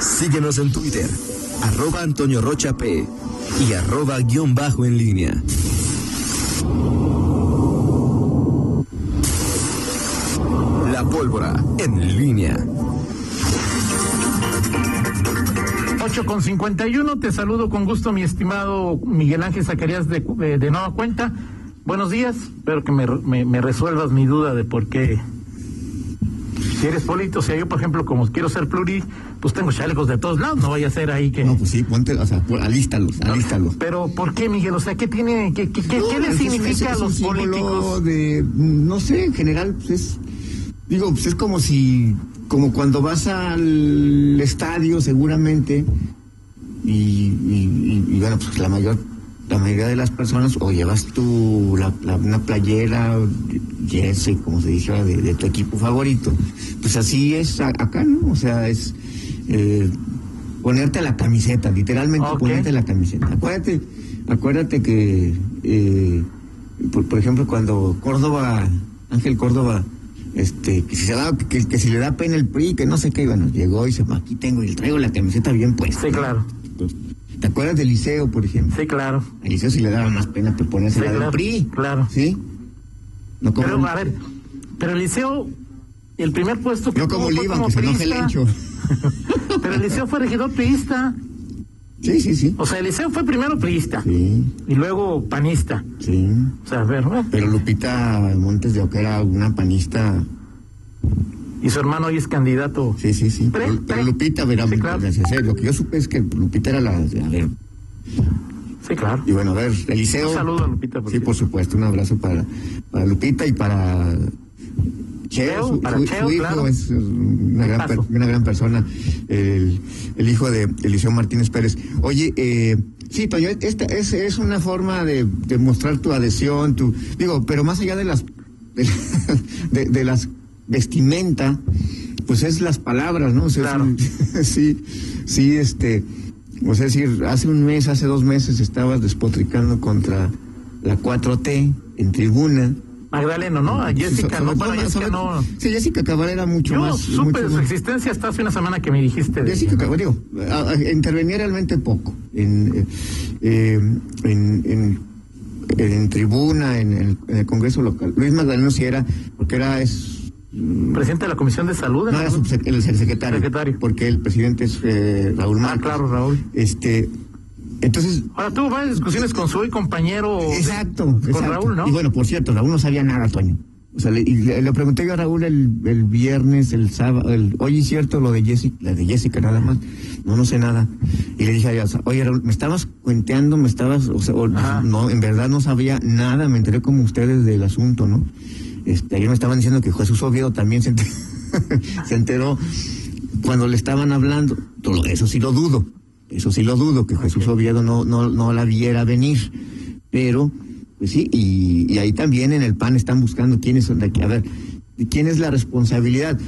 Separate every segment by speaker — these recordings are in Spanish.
Speaker 1: Síguenos en Twitter, arroba Antonio Rocha P y arroba guión bajo en línea. La pólvora en línea.
Speaker 2: 8 con 51, te saludo con gusto mi estimado Miguel Ángel Zacarías de, de, de Nueva Cuenta. Buenos días, espero que me, me, me resuelvas mi duda de por qué si eres polito, o sea, yo por ejemplo, como quiero ser pluri, pues tengo chalecos de todos lados, no vaya a ser ahí que...
Speaker 3: No, pues sí, ponte, o sea, pon- alístalos,
Speaker 2: No,
Speaker 3: alístalos.
Speaker 2: Pero ¿por qué, Miguel? O sea, ¿qué tiene, qué, qué, qué-
Speaker 3: No,
Speaker 2: qué le
Speaker 3: es- es-
Speaker 2: significa
Speaker 3: es
Speaker 2: a
Speaker 3: un
Speaker 2: los
Speaker 3: símbolo
Speaker 2: políticos?
Speaker 3: de, no sé, en general, pues es, digo, pues es como si, como cuando vas al estadio seguramente, y, y- y- y bueno, pues la mayor, la mayoría de las personas, o llevas tú la, la- una playera, jersey, como se dijera, de, de tu equipo favorito. Pues así es a- acá, ¿no? O sea, es eh, ponerte la camiseta, literalmente
Speaker 2: Ok.
Speaker 3: ponerte la camiseta. Acuérdate, acuérdate que, eh, por, por ejemplo, cuando Córdoba, Ángel Córdoba, este, que si, se da, que, que si le da pena el PRI, que no sé qué, bueno, llegó y se aquí tengo y traigo la camiseta bien puesta.
Speaker 2: Sí, claro,
Speaker 3: ¿Te acuerdas del liceo, por ejemplo?
Speaker 2: sí, claro.
Speaker 3: Al liceo sí le daba más pena que ponerse
Speaker 2: Sí,
Speaker 3: la
Speaker 2: claro,
Speaker 3: del PRI.
Speaker 2: claro.
Speaker 3: ¿Sí? No como,
Speaker 2: Pero a ver, pero el liceo, el primer puesto que
Speaker 3: no como
Speaker 2: tuvo fue
Speaker 3: Oliva, que se enoja el
Speaker 2: priista,
Speaker 3: hecho.
Speaker 2: Pero el liceo fue regidor priista.
Speaker 3: Sí, sí, sí.
Speaker 2: O sea, el liceo fue primero priista
Speaker 3: Sí,
Speaker 2: y luego panista.
Speaker 3: sí.
Speaker 2: O sea, a ver, bueno,
Speaker 3: Pero Lupita Montes de Oca era una panista.
Speaker 2: y su hermano hoy es candidato.
Speaker 3: Sí, sí, sí.
Speaker 2: Pre-
Speaker 3: Pero, pero
Speaker 2: pre-
Speaker 3: Lupita, verá,
Speaker 2: Sí, claro.
Speaker 3: lo que yo supe es que Lupita era la. A ver,
Speaker 2: Sí, claro.
Speaker 3: y bueno, a ver, Eliseo.
Speaker 2: Un saludo a Lupita.
Speaker 3: Sí, pues, por supuesto, un abrazo para, para Lupita y para
Speaker 2: Cheo,
Speaker 3: Cheo, su,
Speaker 2: para
Speaker 3: su-
Speaker 2: Cheo,
Speaker 3: su hijo
Speaker 2: claro.
Speaker 3: es una gran, per-
Speaker 2: Tipazo.
Speaker 3: una gran persona, el, el hijo de Eliseo Martínez Pérez. Oye, eh, sí, Toño, esta es, es una forma de, de mostrar tu adhesión, tu, digo, pero más allá de las de, de- de las vestimenta, pues es las palabras, ¿no? O sea, es
Speaker 2: Claro.
Speaker 3: un- sí, sí, este, o sea, es decir, hace un mes, hace dos meses estabas despotricando contra la 4T en tribuna.
Speaker 2: Magdaleno, ¿no? A Ah, Jessica,
Speaker 3: So-
Speaker 2: no,
Speaker 3: sobre
Speaker 2: para
Speaker 3: todo-
Speaker 2: Jessica
Speaker 3: sobre-
Speaker 2: no.
Speaker 3: Sí, Jessica Cabral era mucho
Speaker 2: Yo
Speaker 3: más.
Speaker 2: supe
Speaker 3: mucho
Speaker 2: de su
Speaker 3: más-
Speaker 2: existencia hasta hace una semana que me dijiste. de
Speaker 3: Jessica
Speaker 2: ella, ¿no?
Speaker 3: Cabral, digo, a- a- intervenía realmente poco. En, eh, eh, en, en, en tribuna, en el, en el Congreso local. Luis Magdaleno sí era, porque era. Es,
Speaker 2: Presidente de la Comisión de Salud.
Speaker 3: no
Speaker 2: ¿no?
Speaker 3: era subse- el secretario,
Speaker 2: Secretario.
Speaker 3: Porque el presidente es eh, Raúl
Speaker 2: Ah,
Speaker 3: Márquez.
Speaker 2: claro, Raúl.
Speaker 3: Este, entonces,
Speaker 2: Ahora tuvo varias discusiones con su hoy compañero. de-
Speaker 3: Exacto.
Speaker 2: Con
Speaker 3: exacto.
Speaker 2: Raúl, ¿no?
Speaker 3: Y bueno, por cierto, Raúl no sabía nada, Toño. O sea, le, y le- le pregunté yo a Raúl el, el viernes, el sábado, el, oye, ¿es cierto lo de Jessica, la de Jessica nada más, no, no sé nada. Y le dije a ella, oye, Raúl, me estabas cuenteando, me estabas, o sea, o-
Speaker 2: Ajá.
Speaker 3: no, en verdad no sabía nada, me enteré como ustedes del asunto, ¿no? Este, ayer me estaban diciendo que Jesús Oviedo también se enter- se enteró cuando le estaban hablando, todo eso sí lo dudo, eso sí lo dudo, que Jesús Oviedo no, no, no la viera venir, pero, pues sí, y, y ahí también en el PAN están buscando quiénes son de aquí, a ver, quién es la responsabilidad.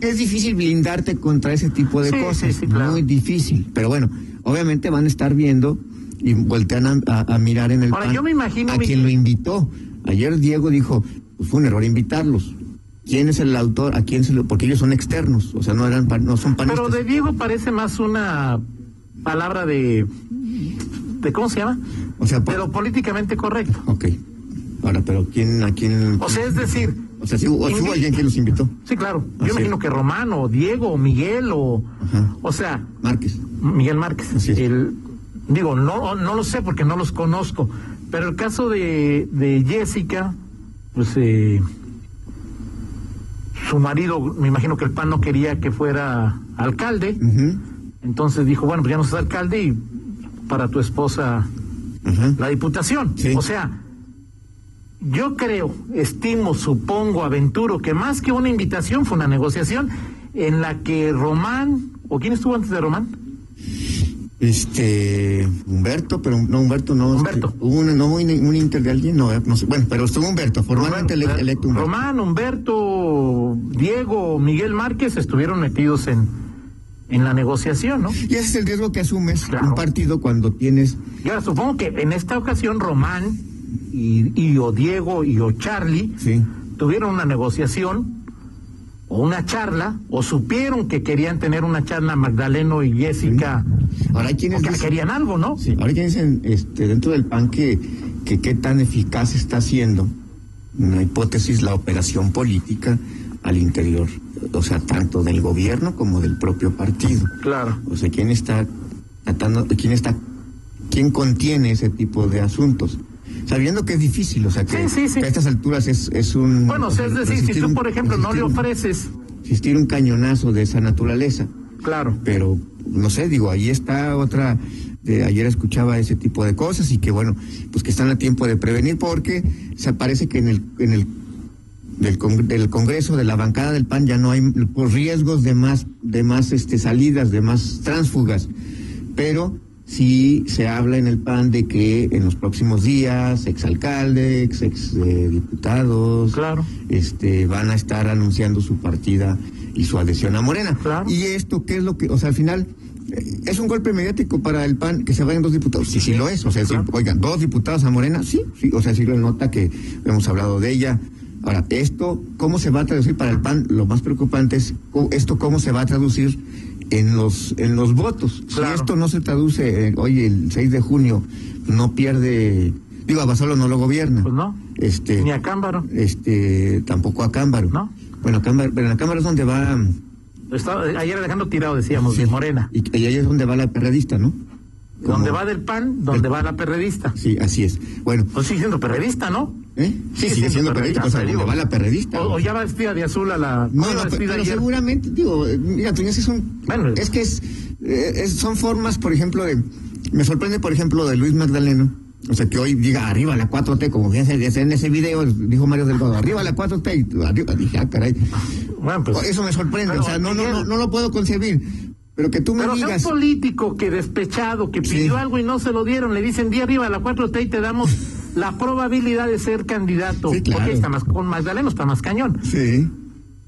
Speaker 3: Es difícil blindarte contra ese tipo de
Speaker 2: Sí,
Speaker 3: cosas,
Speaker 2: sí, sí, claro.
Speaker 3: muy difícil, pero bueno, obviamente van a estar viendo y voltean a, a- a mirar en el
Speaker 2: Ahora,
Speaker 3: PAN
Speaker 2: yo me imagino,
Speaker 3: a
Speaker 2: mi-
Speaker 3: quien lo invitó. Ayer Diego dijo, pues fue un error invitarlos. ¿Quién es el autor? ¿A quién se lo...? Porque ellos son externos, o sea, no eran, pa- no son panistas.
Speaker 2: Pero de Diego parece más una palabra de. de ¿Cómo se llama?
Speaker 3: O sea, pa-
Speaker 2: Pero políticamente correcto.
Speaker 3: Ok. Ahora, pero ¿quién, a quién...?
Speaker 2: O sea, es decir.
Speaker 3: O sea, sí hubo, sí hubo
Speaker 2: invi-
Speaker 3: alguien que los invitó.
Speaker 2: Sí, claro. Yo
Speaker 3: Así
Speaker 2: imagino
Speaker 3: es.
Speaker 2: que Romano, o Diego, o Miguel, o.
Speaker 3: Ajá.
Speaker 2: O sea,
Speaker 3: Márquez.
Speaker 2: Miguel Márquez.
Speaker 3: Así es.
Speaker 2: El, digo, no, no lo sé porque no los conozco. Pero el caso de, de Jessica, pues eh, su marido, me imagino que el PAN no quería que fuera alcalde.
Speaker 3: Ujú,
Speaker 2: Entonces dijo, bueno, pues ya no seas alcalde y para tu esposa
Speaker 3: Ajá.
Speaker 2: la diputación.
Speaker 3: Sí.
Speaker 2: O sea, yo creo, estimo, supongo, aventuro que más que una invitación fue una negociación en la que Román, ¿o quién estuvo antes de Román?
Speaker 3: Este... Humberto, pero no, Humberto no... este,
Speaker 2: Humberto.
Speaker 3: hubo una- no hubo un, un inter de alguien, no, eh, no sé. Bueno, pero estuvo Humberto, formalmente ele-
Speaker 2: Román,
Speaker 3: electo Humberto.
Speaker 2: Román, Humberto, Diego, Miguel Márquez estuvieron metidos en, en la negociación, ¿no?
Speaker 3: Y ese es el riesgo que asumes
Speaker 2: Claro.
Speaker 3: un partido cuando tienes...
Speaker 2: Y ahora supongo que en esta ocasión Román y, y o Diego y o Charlie
Speaker 3: Sí.
Speaker 2: tuvieron una negociación o una charla, o supieron que querían tener una charla Magdaleno y Jessica,
Speaker 3: Ahora hay quienes
Speaker 2: porque
Speaker 3: dicen-
Speaker 2: querían algo, ¿no?
Speaker 3: Sí, ahora ya dicen este, dentro del PAN que, que qué tan eficaz está siendo, una hipótesis, la operación política al interior, o sea, tanto del gobierno como del propio partido.
Speaker 2: Claro.
Speaker 3: O sea, ¿quién está tratando, quién está, quién contiene ese tipo de asuntos? Sabiendo que es difícil, o sea, que,
Speaker 2: Sí, sí, sí.
Speaker 3: que a estas alturas es, es un...
Speaker 2: Bueno, o sea, es decir, si
Speaker 3: resistir
Speaker 2: tú,
Speaker 3: un-
Speaker 2: por ejemplo, no le
Speaker 3: resistir un-
Speaker 2: ofreces,
Speaker 3: Resistir un cañonazo de esa naturaleza
Speaker 2: claro.
Speaker 3: pero no sé, digo, ahí está otra, de ayer escuchaba ese tipo de cosas y que bueno, pues que están a tiempo de prevenir porque se parece que en el, en el del, con- del Congreso, de la bancada del PAN ya no hay pues, riesgos de más, de más este, salidas, de más tránsfugas, pero sí se habla en el PAN de que en los próximos días exalcaldes, ex eh, diputados,
Speaker 2: Claro.
Speaker 3: este, van a estar anunciando su partida y su adhesión a Morena.
Speaker 2: Claro.
Speaker 3: Y esto, ¿qué es lo que, o sea, al final, eh, es un golpe mediático para el PAN que se vayan dos diputados? Sí, sí, lo es. O sea, sí,
Speaker 2: Claro.
Speaker 3: oigan, dos diputados a Morena, sí, sí. O sea, sí lo nota que hemos hablado de ella. Ahora, esto, ¿cómo se va a traducir para el PAN? Lo más preocupante es co- esto, ¿cómo se va a traducir en los, en los votos?
Speaker 2: Claro.
Speaker 3: Si esto no se traduce, eh, oye, el 6 de junio no pierde, digo, a Basolo no lo gobierna.
Speaker 2: Pues no.
Speaker 3: Este,
Speaker 2: Ni a Cámbaro.
Speaker 3: este tampoco a Cámbaro.
Speaker 2: No.
Speaker 3: Bueno, Cámbaro, pero en la Cámara es donde va
Speaker 2: Estaba- ayer Alejandro Tirado decíamos, de Morena.
Speaker 3: y, y ahí es donde va la perredista, ¿no? Como-
Speaker 2: Donde va del PAN, donde va la perredista.
Speaker 3: Sí, así es. Bueno,
Speaker 2: Pues sigue siendo perredista, ¿no?
Speaker 3: ¿eh? Sí, sigue siendo perredista, o sea,
Speaker 2: te
Speaker 3: donde
Speaker 2: digo.
Speaker 3: va la perredista.
Speaker 2: O, o ya va vestida de azul a la.
Speaker 3: No,
Speaker 2: ¿cómo
Speaker 3: no,
Speaker 2: iba
Speaker 3: pero,
Speaker 2: vestida
Speaker 3: pero
Speaker 2: ayer?
Speaker 3: seguramente, digo, eh, mira, Toño, es que son,
Speaker 2: Bueno.
Speaker 3: es que es, eh, es- son formas, por ejemplo, de, me sorprende, por ejemplo, de Luis Magdaleno, o sea, que hoy diga arriba la 4T, como fíjense fíjense en ese video, dijo Mario Delgado, arriba la 4T, y arriba, dije, ah, caray.
Speaker 2: Bueno, pues-
Speaker 3: Eso me sorprende,
Speaker 2: Pero,
Speaker 3: o sea, no, no, no,
Speaker 2: Miguel-
Speaker 3: no lo puedo concebir, pero que tú me
Speaker 2: Pero que un
Speaker 3: digas...
Speaker 2: político que despechado, que
Speaker 3: Sí.
Speaker 2: pidió algo y no se lo dieron, le dicen día arriba a la 4T y te damos la probabilidad de ser candidato.
Speaker 3: Sí, claro.
Speaker 2: Porque está más, con Magdaleno está más cañón.
Speaker 3: Sí,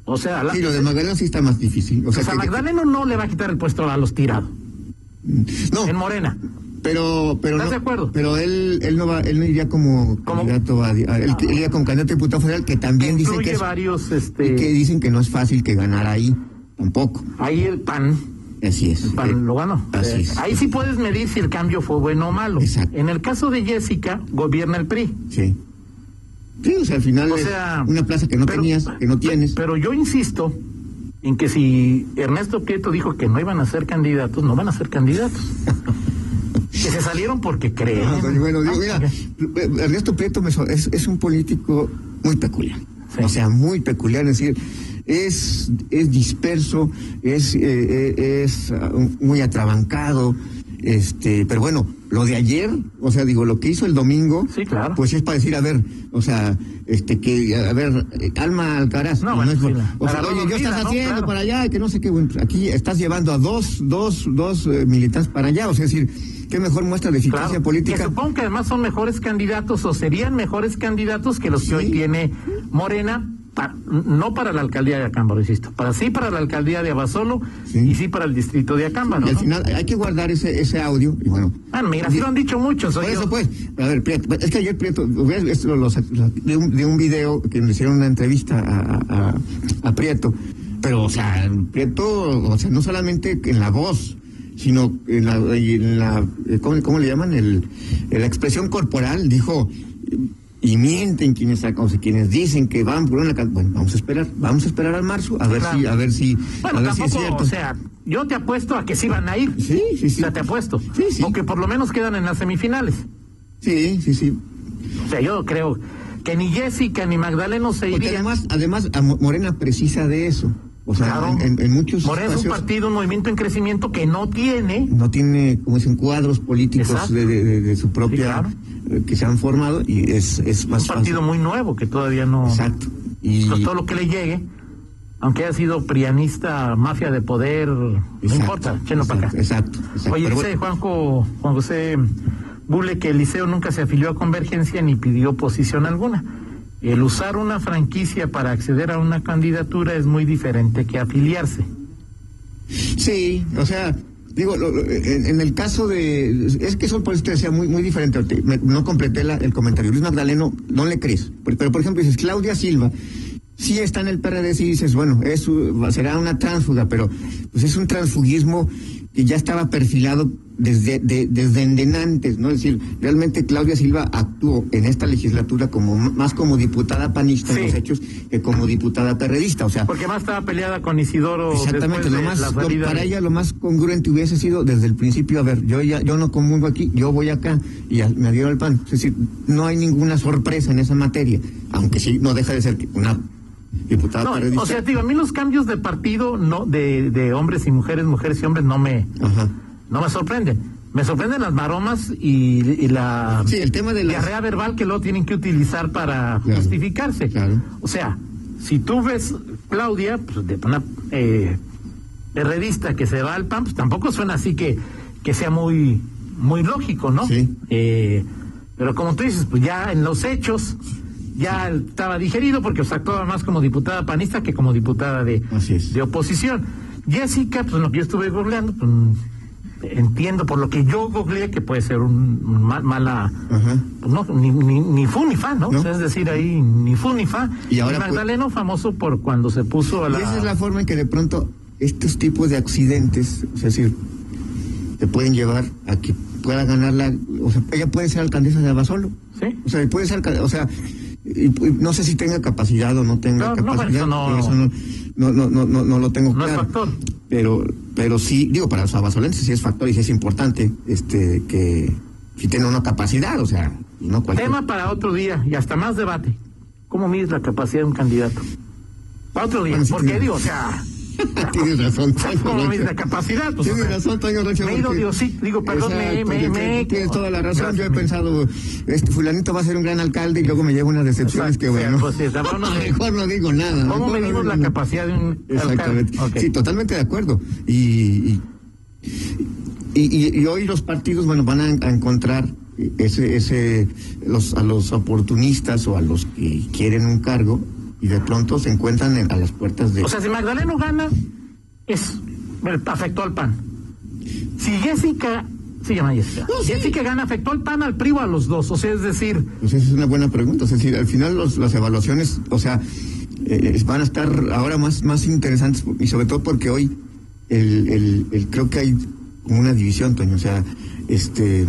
Speaker 2: O sea, la-
Speaker 3: sí, lo de Magdaleno sí está más difícil. O sea,
Speaker 2: o sea,
Speaker 3: que-
Speaker 2: Magdaleno no le va a quitar el puesto a los tirados
Speaker 3: no,
Speaker 2: en Morena.
Speaker 3: Pero, pero
Speaker 2: ¿Estás
Speaker 3: no,
Speaker 2: de acuerdo?
Speaker 3: Pero él, él no va, él no iría como
Speaker 2: Como-
Speaker 3: candidato a, a- él, él iría como candidato a diputado federal que también dicen
Speaker 2: Ah.
Speaker 3: que
Speaker 2: Incluye
Speaker 3: es,
Speaker 2: varios,
Speaker 3: y
Speaker 2: este,
Speaker 3: que dicen que no es fácil que ganar ahí, tampoco.
Speaker 2: ahí el PAN,
Speaker 3: Así es.
Speaker 2: el PAN
Speaker 3: Eh,
Speaker 2: lo ganó.
Speaker 3: Así es.
Speaker 2: Ahí sí puedes medir si el cambio fue bueno o malo.
Speaker 3: Exacto.
Speaker 2: En el caso de Jessica, gobierna el PRI.
Speaker 3: Sí. Sí, o sea, al final
Speaker 2: O
Speaker 3: es
Speaker 2: sea,
Speaker 3: una plaza que no
Speaker 2: pero-
Speaker 3: tenías, que no tienes.
Speaker 2: Pero yo insisto en que si Ernesto Prieto dijo que no iban a ser candidatos, no van a ser candidatos. que se salieron porque creen.
Speaker 3: Ah, pues, bueno, digo, mira, eh,
Speaker 2: Ah,
Speaker 3: Ernesto Prieto me so- es, es un político muy peculiar.
Speaker 2: Sí.
Speaker 3: O sea, muy peculiar, es decir, es, es disperso, es, eh, eh, es ah, muy atrabancado, este, pero bueno, lo de ayer, o sea, digo, lo que hizo el domingo,
Speaker 2: Sí, claro.
Speaker 3: pues es para decir, a ver, o sea, este, que, a ver, eh, Alma Alcaraz,
Speaker 2: No,
Speaker 3: no,
Speaker 2: bueno,
Speaker 3: es por-
Speaker 2: sí, la-
Speaker 3: o
Speaker 2: la
Speaker 3: sea,
Speaker 2: agarró
Speaker 3: oye, yo
Speaker 2: dormida,
Speaker 3: estás
Speaker 2: ¿no?
Speaker 3: haciendo
Speaker 2: Claro.
Speaker 3: para allá, que no sé qué, bueno, pues, aquí estás llevando a dos, dos, dos eh, militantes para allá, o sea, es decir, qué mejor muestra de eficacia
Speaker 2: claro, que
Speaker 3: política.
Speaker 2: supongo que además son mejores candidatos o serían mejores candidatos que los que hoy tiene Morena, pa- no para la alcaldía de Acámbaro, insisto, para sí para la alcaldía de Abasolo
Speaker 3: Sí.
Speaker 2: y sí para el distrito de Acámbaro.
Speaker 3: Y al
Speaker 2: ¿no?
Speaker 3: final hay que guardar ese, ese audio. Y bueno,
Speaker 2: Ah, mira, sí lo han dicho muchos.
Speaker 3: por
Speaker 2: oye,
Speaker 3: eso pues, a ver, Prieto, es que ayer Prieto, ves, esto lo- lo- de, un, de un video que le hicieron una entrevista a, a- a Prieto, pero o sea, Prieto, o sea, no solamente en la voz, sino en la, y en la eh, ¿cómo, cómo le llaman? El, en la expresión corporal, dijo, y mienten quienes, sacan, o sea, quienes dicen que van por una... ca- Bueno, vamos a esperar, vamos a esperar al marzo, a ver
Speaker 2: Claro.
Speaker 3: si, a ver si,
Speaker 2: Bueno,
Speaker 3: a ver si
Speaker 2: tampoco,
Speaker 3: es cierto.
Speaker 2: o sea, yo te apuesto a que sí van a ir.
Speaker 3: Sí, sí, sí.
Speaker 2: O sea, te apuesto.
Speaker 3: Sí, sí.
Speaker 2: O que por lo menos quedan en las semifinales.
Speaker 3: sí, sí, sí.
Speaker 2: O sea, yo creo que ni Jessica ni Magdaleno se
Speaker 3: Porque
Speaker 2: irían.
Speaker 3: además, además a Mo- Morena precisa de eso. O sea,
Speaker 2: Claro.
Speaker 3: en, en muchos
Speaker 2: Morena es un
Speaker 3: espacios
Speaker 2: partido, un movimiento en crecimiento que no tiene.
Speaker 3: no tiene, como dicen, cuadros políticos
Speaker 2: Exacto.
Speaker 3: de, de- de- de su propia
Speaker 2: claro.
Speaker 3: eh, que se han formado y es, es más
Speaker 2: Un partido muy nuevo que todavía no.
Speaker 3: fácil. Exacto. Y
Speaker 2: Pues todo lo que le llegue, aunque haya sido prianista, mafia de poder, no
Speaker 3: Exacto,
Speaker 2: importa, cheno para acá.
Speaker 3: exacto, exacto, exacto.
Speaker 2: Oye,
Speaker 3: Pero
Speaker 2: dice
Speaker 3: bueno.
Speaker 2: Juanjo, Juan José Bule que el liceo nunca se afilió a Convergencia ni pidió posición alguna. El usar una franquicia para acceder a una candidatura es muy diferente que afiliarse.
Speaker 3: Sí, o sea, digo, lo- lo- en, en el caso de. Es que son, por eso te decía, muy, muy diferente. Te- me- no completé la- el comentario. Luis Magdaleno, no le crees. Por- Pero, por ejemplo, dices Claudia Silva. sí está en el PRD, sí dices, bueno, es, será una tránsfuga, pero pues es un transfugismo que ya estaba perfilado desde, de, desde endenantes, ¿no? Es decir, realmente Claudia Silva actuó en esta legislatura como más como diputada panista
Speaker 2: Sí.
Speaker 3: en los hechos que como diputada perredista, o sea,
Speaker 2: Porque más estaba peleada con Isidoro.
Speaker 3: Exactamente,
Speaker 2: después de
Speaker 3: lo más
Speaker 2: la
Speaker 3: lo-
Speaker 2: salida
Speaker 3: para
Speaker 2: de-
Speaker 3: ella lo más congruente hubiese sido desde el principio, a ver, yo ya yo no comulgo aquí, yo voy acá y ya me dieron el pan. Es decir, no hay ninguna sorpresa en esa materia, aunque sí no deja de ser que una diputada
Speaker 2: No,
Speaker 3: periodista.
Speaker 2: o sea, digo, a mí los cambios de partido, no, de, de hombres y mujeres, mujeres y hombres, no me,
Speaker 3: Ajá.
Speaker 2: no me sorprenden. Me sorprenden las maromas y, y la
Speaker 3: Sí, el tema de las-
Speaker 2: diarrea verbal que luego tienen que utilizar para
Speaker 3: Claro,
Speaker 2: justificarse.
Speaker 3: claro.
Speaker 2: O sea, si tú ves Claudia, pues, de una eh, periodista que se va al PAN, pues tampoco suena así que, que sea muy, muy lógico, ¿no?
Speaker 3: Sí.
Speaker 2: Eh, pero como tú dices, pues ya en los hechos ya estaba digerido porque pues, actuaba más como diputada panista que como diputada de,
Speaker 3: Así es.
Speaker 2: de oposición. Jessica, pues lo que yo estuve googleando, pues, entiendo por lo que yo googleé que puede ser un, un mal- mala...
Speaker 3: Ajá.
Speaker 2: pues, no, ni, ni, ni fu ni fa, ¿no?
Speaker 3: ¿No?
Speaker 2: O sea, es decir, ahí ni fu ni fa.
Speaker 3: Y ahora, pues-
Speaker 2: Magdaleno famoso por cuando se puso a la...
Speaker 3: Y esa es la forma en que de pronto estos tipos de accidentes, es decir, te pueden llevar a que pueda ganar la... O sea, ella puede ser alcaldesa de Abasolo.
Speaker 2: Sí.
Speaker 3: O sea, y puede ser... alca- O sea, y pu- no sé si tenga capacidad o no tenga
Speaker 2: No, no,
Speaker 3: capacidad.
Speaker 2: eso no-
Speaker 3: porque no, no, no, no, no lo tengo
Speaker 2: No es
Speaker 3: claro.
Speaker 2: factor.
Speaker 3: Pero, pero sí, digo, para los abasolenses sí es factor y sí es importante este, que si tenga una capacidad, o sea, no cualquier...
Speaker 2: Tema para otro día y hasta más debate. ¿Cómo mides la capacidad de un candidato? Para otro día,
Speaker 3: Bueno, Pues, sí,
Speaker 2: porque
Speaker 3: tiene-
Speaker 2: digo, o sea,
Speaker 3: Tienes razón.
Speaker 2: ¿cómo
Speaker 3: Rocha.
Speaker 2: mides la capacidad? Pues, o
Speaker 3: Tienes
Speaker 2: sea,
Speaker 3: razón, Toño Rocha.
Speaker 2: Me he ido,
Speaker 3: porque-
Speaker 2: digo, sí, digo, perdón, me-
Speaker 3: Exacto,
Speaker 2: me-
Speaker 3: que-
Speaker 2: me-
Speaker 3: que Tienes toda la razón.
Speaker 2: Gracias,
Speaker 3: Yo he
Speaker 2: mi-
Speaker 3: pensado, este fulanito va a ser un gran alcalde y luego me llevo unas decepciones
Speaker 2: Exacto,
Speaker 3: que
Speaker 2: o sea,
Speaker 3: bueno.
Speaker 2: pues, sí, está bueno, sí.
Speaker 3: mejor no digo nada.
Speaker 2: ¿Cómo
Speaker 3: mejor no
Speaker 2: medimos
Speaker 3: digo
Speaker 2: la
Speaker 3: nada.
Speaker 2: capacidad de un
Speaker 3: Exactamente.
Speaker 2: alcalde? Ok.
Speaker 3: Sí, totalmente de acuerdo. Y, y, y- y- y hoy los partidos, bueno, van a, a encontrar ese, ese, los, a los oportunistas o a los que quieren un cargo y de pronto se encuentran en- a las puertas de...
Speaker 2: O sea, si Magdaleno gana, es el- afectó al PAN. Si Jessica, se llama Jessica.
Speaker 3: No, sí.
Speaker 2: Jessica gana, afectó al PAN, al PRI o a los dos. O sea, es decir,
Speaker 3: Pues esa es una buena pregunta. Es decir, al final los- las evaluaciones, o sea, eh, es- van a estar ahora más, más interesantes y sobre todo porque hoy el, el- el- creo que hay como una división, Toño. O sea, este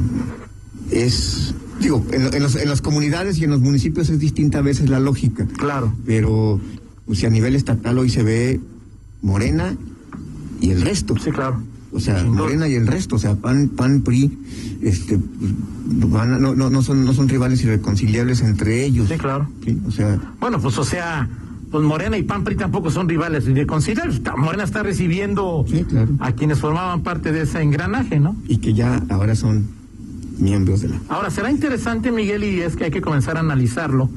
Speaker 3: es, digo, en, lo- en los- en las comunidades y en los municipios es distinta a veces la lógica,
Speaker 2: claro.
Speaker 3: pero o sea, a nivel estatal hoy se ve Morena y el resto.
Speaker 2: Sí, claro.
Speaker 3: O sea,
Speaker 2: Sin duda.
Speaker 3: Morena y el resto, o sea, PAN, PAN, PRI, este, van a- no, no, no son, no son rivales irreconciliables entre ellos.
Speaker 2: Sí, claro.
Speaker 3: Sí, O sea,
Speaker 2: Bueno, pues o sea, pues Morena y PAN PRI tampoco son rivales irreconciliables. Ta- Morena está recibiendo
Speaker 3: Sí, claro.
Speaker 2: a quienes formaban parte de ese engranaje, ¿no?
Speaker 3: y que ya ahora son miembros de la.
Speaker 2: Ahora, será interesante, Miguel, y es que hay que comenzar a analizarlo,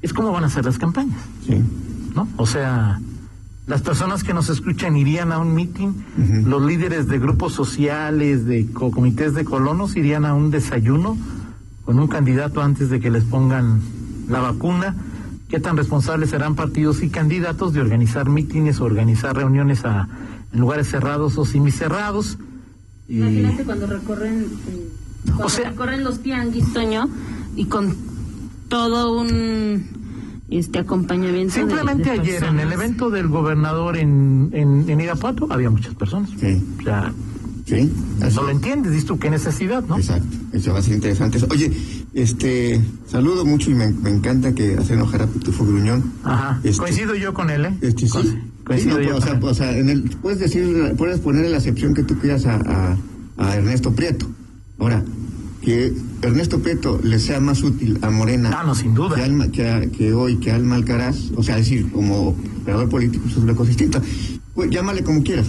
Speaker 2: es cómo van a ser las campañas.
Speaker 3: Sí.
Speaker 2: ¿no? O sea, las personas que nos escuchan irían a un meeting,
Speaker 3: Ujú.
Speaker 2: los líderes de grupos sociales, de co- comités de colonos irían a un desayuno con un candidato antes de que les pongan la vacuna. ¿Qué tan responsables serán partidos y candidatos de organizar mítines, organizar reuniones a, en lugares cerrados o semicerrados? Y,
Speaker 4: Imagínate cuando recorren, eh, cuando
Speaker 2: O sea-
Speaker 4: recorren los tianguis, Toño, y con todo un este acompañamiento. de-
Speaker 2: Simplemente
Speaker 4: de
Speaker 2: ayer en el
Speaker 4: personas.
Speaker 2: evento del gobernador en, en, en Irapuato había muchas personas.
Speaker 3: Sí.
Speaker 2: O sea,
Speaker 3: Sí. así
Speaker 2: no lo
Speaker 3: es.
Speaker 2: entiendes, dices tú qué necesidad, ¿no?
Speaker 3: Exacto, eso va a ser interesante. Oye, este, saludo mucho y me, me encanta que hace enojar a Pitufo Gruñón.
Speaker 2: Ajá.
Speaker 3: Este,
Speaker 2: coincido yo con él, ¿eh?
Speaker 3: Este,
Speaker 2: Con-
Speaker 3: sí.
Speaker 2: Coincido
Speaker 3: Sí, no,
Speaker 2: yo
Speaker 3: o
Speaker 2: con
Speaker 3: sea,
Speaker 2: él.
Speaker 3: o sea, en el, puedes decir, puedes poner la acepción que tú quieras a, a- a Ernesto Prieto. Ahora, que Ernesto Prieto le sea más útil a Morena
Speaker 2: Ah, no, sin duda.
Speaker 3: que, Alma- que a- que hoy, que Alma Alcaraz, o sea, es decir, como operador político eso es una cosa distinta. Pues llámale como quieras,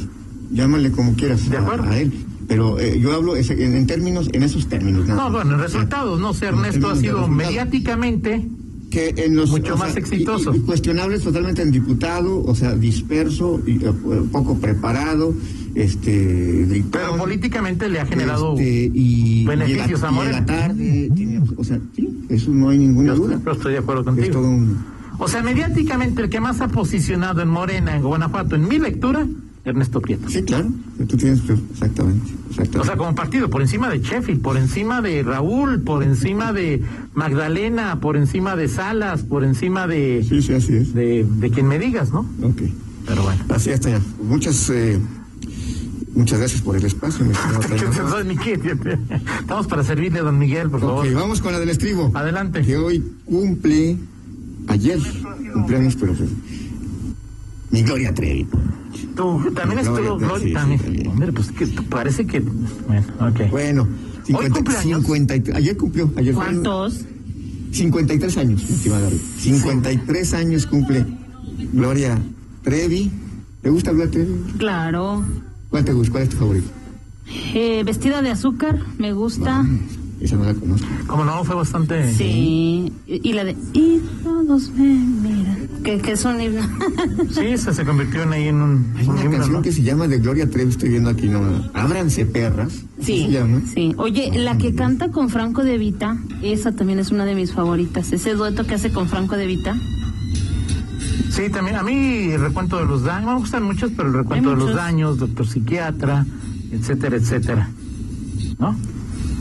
Speaker 3: llámale como quieras
Speaker 2: De
Speaker 3: a-
Speaker 2: acuerdo.
Speaker 3: A, él. Pero eh, yo hablo ese- en, en términos, en esos términos. nada
Speaker 2: No,
Speaker 3: más.
Speaker 2: bueno, en resultados, no sé,
Speaker 3: En
Speaker 2: Ernesto ha
Speaker 3: términos de
Speaker 2: sido
Speaker 3: resultados.
Speaker 2: mediáticamente.
Speaker 3: que en los
Speaker 2: Mucho más exitoso.
Speaker 3: y- y cuestionables totalmente en diputado o sea disperso y eh, poco preparado este gritón,
Speaker 2: Pero políticamente le ha generado.
Speaker 3: este, y
Speaker 2: beneficios
Speaker 3: llega-
Speaker 2: a Morena.
Speaker 3: llega tarde tiene- o sea sí eso no hay ninguna
Speaker 2: Yo
Speaker 3: duda
Speaker 2: estoy- yo estoy de acuerdo
Speaker 3: es
Speaker 2: contigo.
Speaker 3: todo un
Speaker 2: O sea, mediáticamente el que más ha posicionado en Morena, en Guanajuato, en mi lectura, Ernesto Prieto.
Speaker 3: Sí, claro. Tú tienes, exactamente, exactamente.
Speaker 2: O sea, como partido, por encima de Sheffield, por encima de Raúl, por encima de Magdalena, por encima de Salas, por encima de,
Speaker 3: Sí, sí, así es.
Speaker 2: de, de quien me digas, ¿no?
Speaker 3: Ok.
Speaker 2: Pero bueno.
Speaker 3: Así es, Toño. Muchas, eh, muchas gracias por el espacio, mi estimado Toño.
Speaker 2: Don Miguel, Estamos para servirle a don Miguel, por favor.
Speaker 3: Ok, vamos con la del estribo.
Speaker 2: Adelante.
Speaker 3: Que hoy cumple, ayer, cumpleaños, pero pues, mi Gloria Trevi.
Speaker 2: Tú también
Speaker 3: No,
Speaker 2: estuvo
Speaker 3: yo-
Speaker 2: Gloria.
Speaker 3: sí, sí,
Speaker 2: también.
Speaker 3: también.
Speaker 2: Hombre, pues que parece que. Bueno, ok.
Speaker 3: Bueno,
Speaker 2: ¿Hoy
Speaker 3: 50,
Speaker 2: cumpleaños?
Speaker 3: 53, ayer cumplió, ayer fue-
Speaker 4: ¿Cuántos?
Speaker 3: 53 años, mi estimada Rita. 53 años cumple Gloria Trevi. ¿Te gusta Gloria Trevi?
Speaker 4: Claro.
Speaker 3: ¿Cuál te gusta? ¿Cuál es tu favorito?
Speaker 4: Eh, vestida de azúcar, me gusta.
Speaker 3: Esa no la conozco.
Speaker 2: Como no, fue bastante.
Speaker 4: Sí. Y y la de. Y todos me miran. Que, que es un himno.
Speaker 2: Sí, se, se convirtió en ahí en un.
Speaker 3: Hay
Speaker 2: un
Speaker 3: una
Speaker 2: himno,
Speaker 3: canción
Speaker 2: ¿no?
Speaker 3: que se llama de Gloria Trevi, estoy viendo aquí, no. Ábranse perras. ¿Así
Speaker 4: Sí,
Speaker 3: Se llama.
Speaker 4: sí. Oye, la que canta con Franco de Vita, esa también es una de mis favoritas. Ese dueto que hace con Franco de Vita.
Speaker 2: Sí, también. A mí el recuento de los daños. no Me gustan muchos, pero el recuento
Speaker 4: Hay
Speaker 2: de los
Speaker 4: muchos.
Speaker 2: daños, doctor psiquiatra, etcétera, etcétera. ¿No?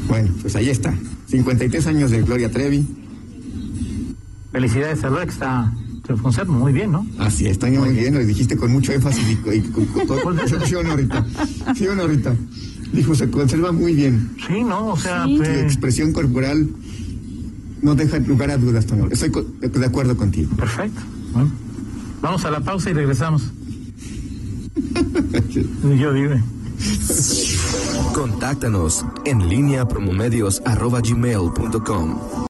Speaker 3: Bueno, pues ahí está. 53 años de Gloria Trevi.
Speaker 2: Felicidades a Lore, que está. Se conserva muy bien, ¿no?
Speaker 3: Así está, muy bien, lo dijiste con mucho énfasis y, con- y con, con todo. ¿Sí o no, Rita? ¿Sí o no, Rita? Dijo, se conserva muy bien.
Speaker 2: Sí, ¿no? O sea,
Speaker 3: Tu
Speaker 4: Sí.
Speaker 2: pues,
Speaker 3: expresión corporal no deja lugar a dudas, Toño. Estoy co- de acuerdo contigo.
Speaker 2: perfecto. Bueno, vamos a la pausa y regresamos. Yo digo.
Speaker 1: Contáctanos en línea promomedios arroba gmail punto com.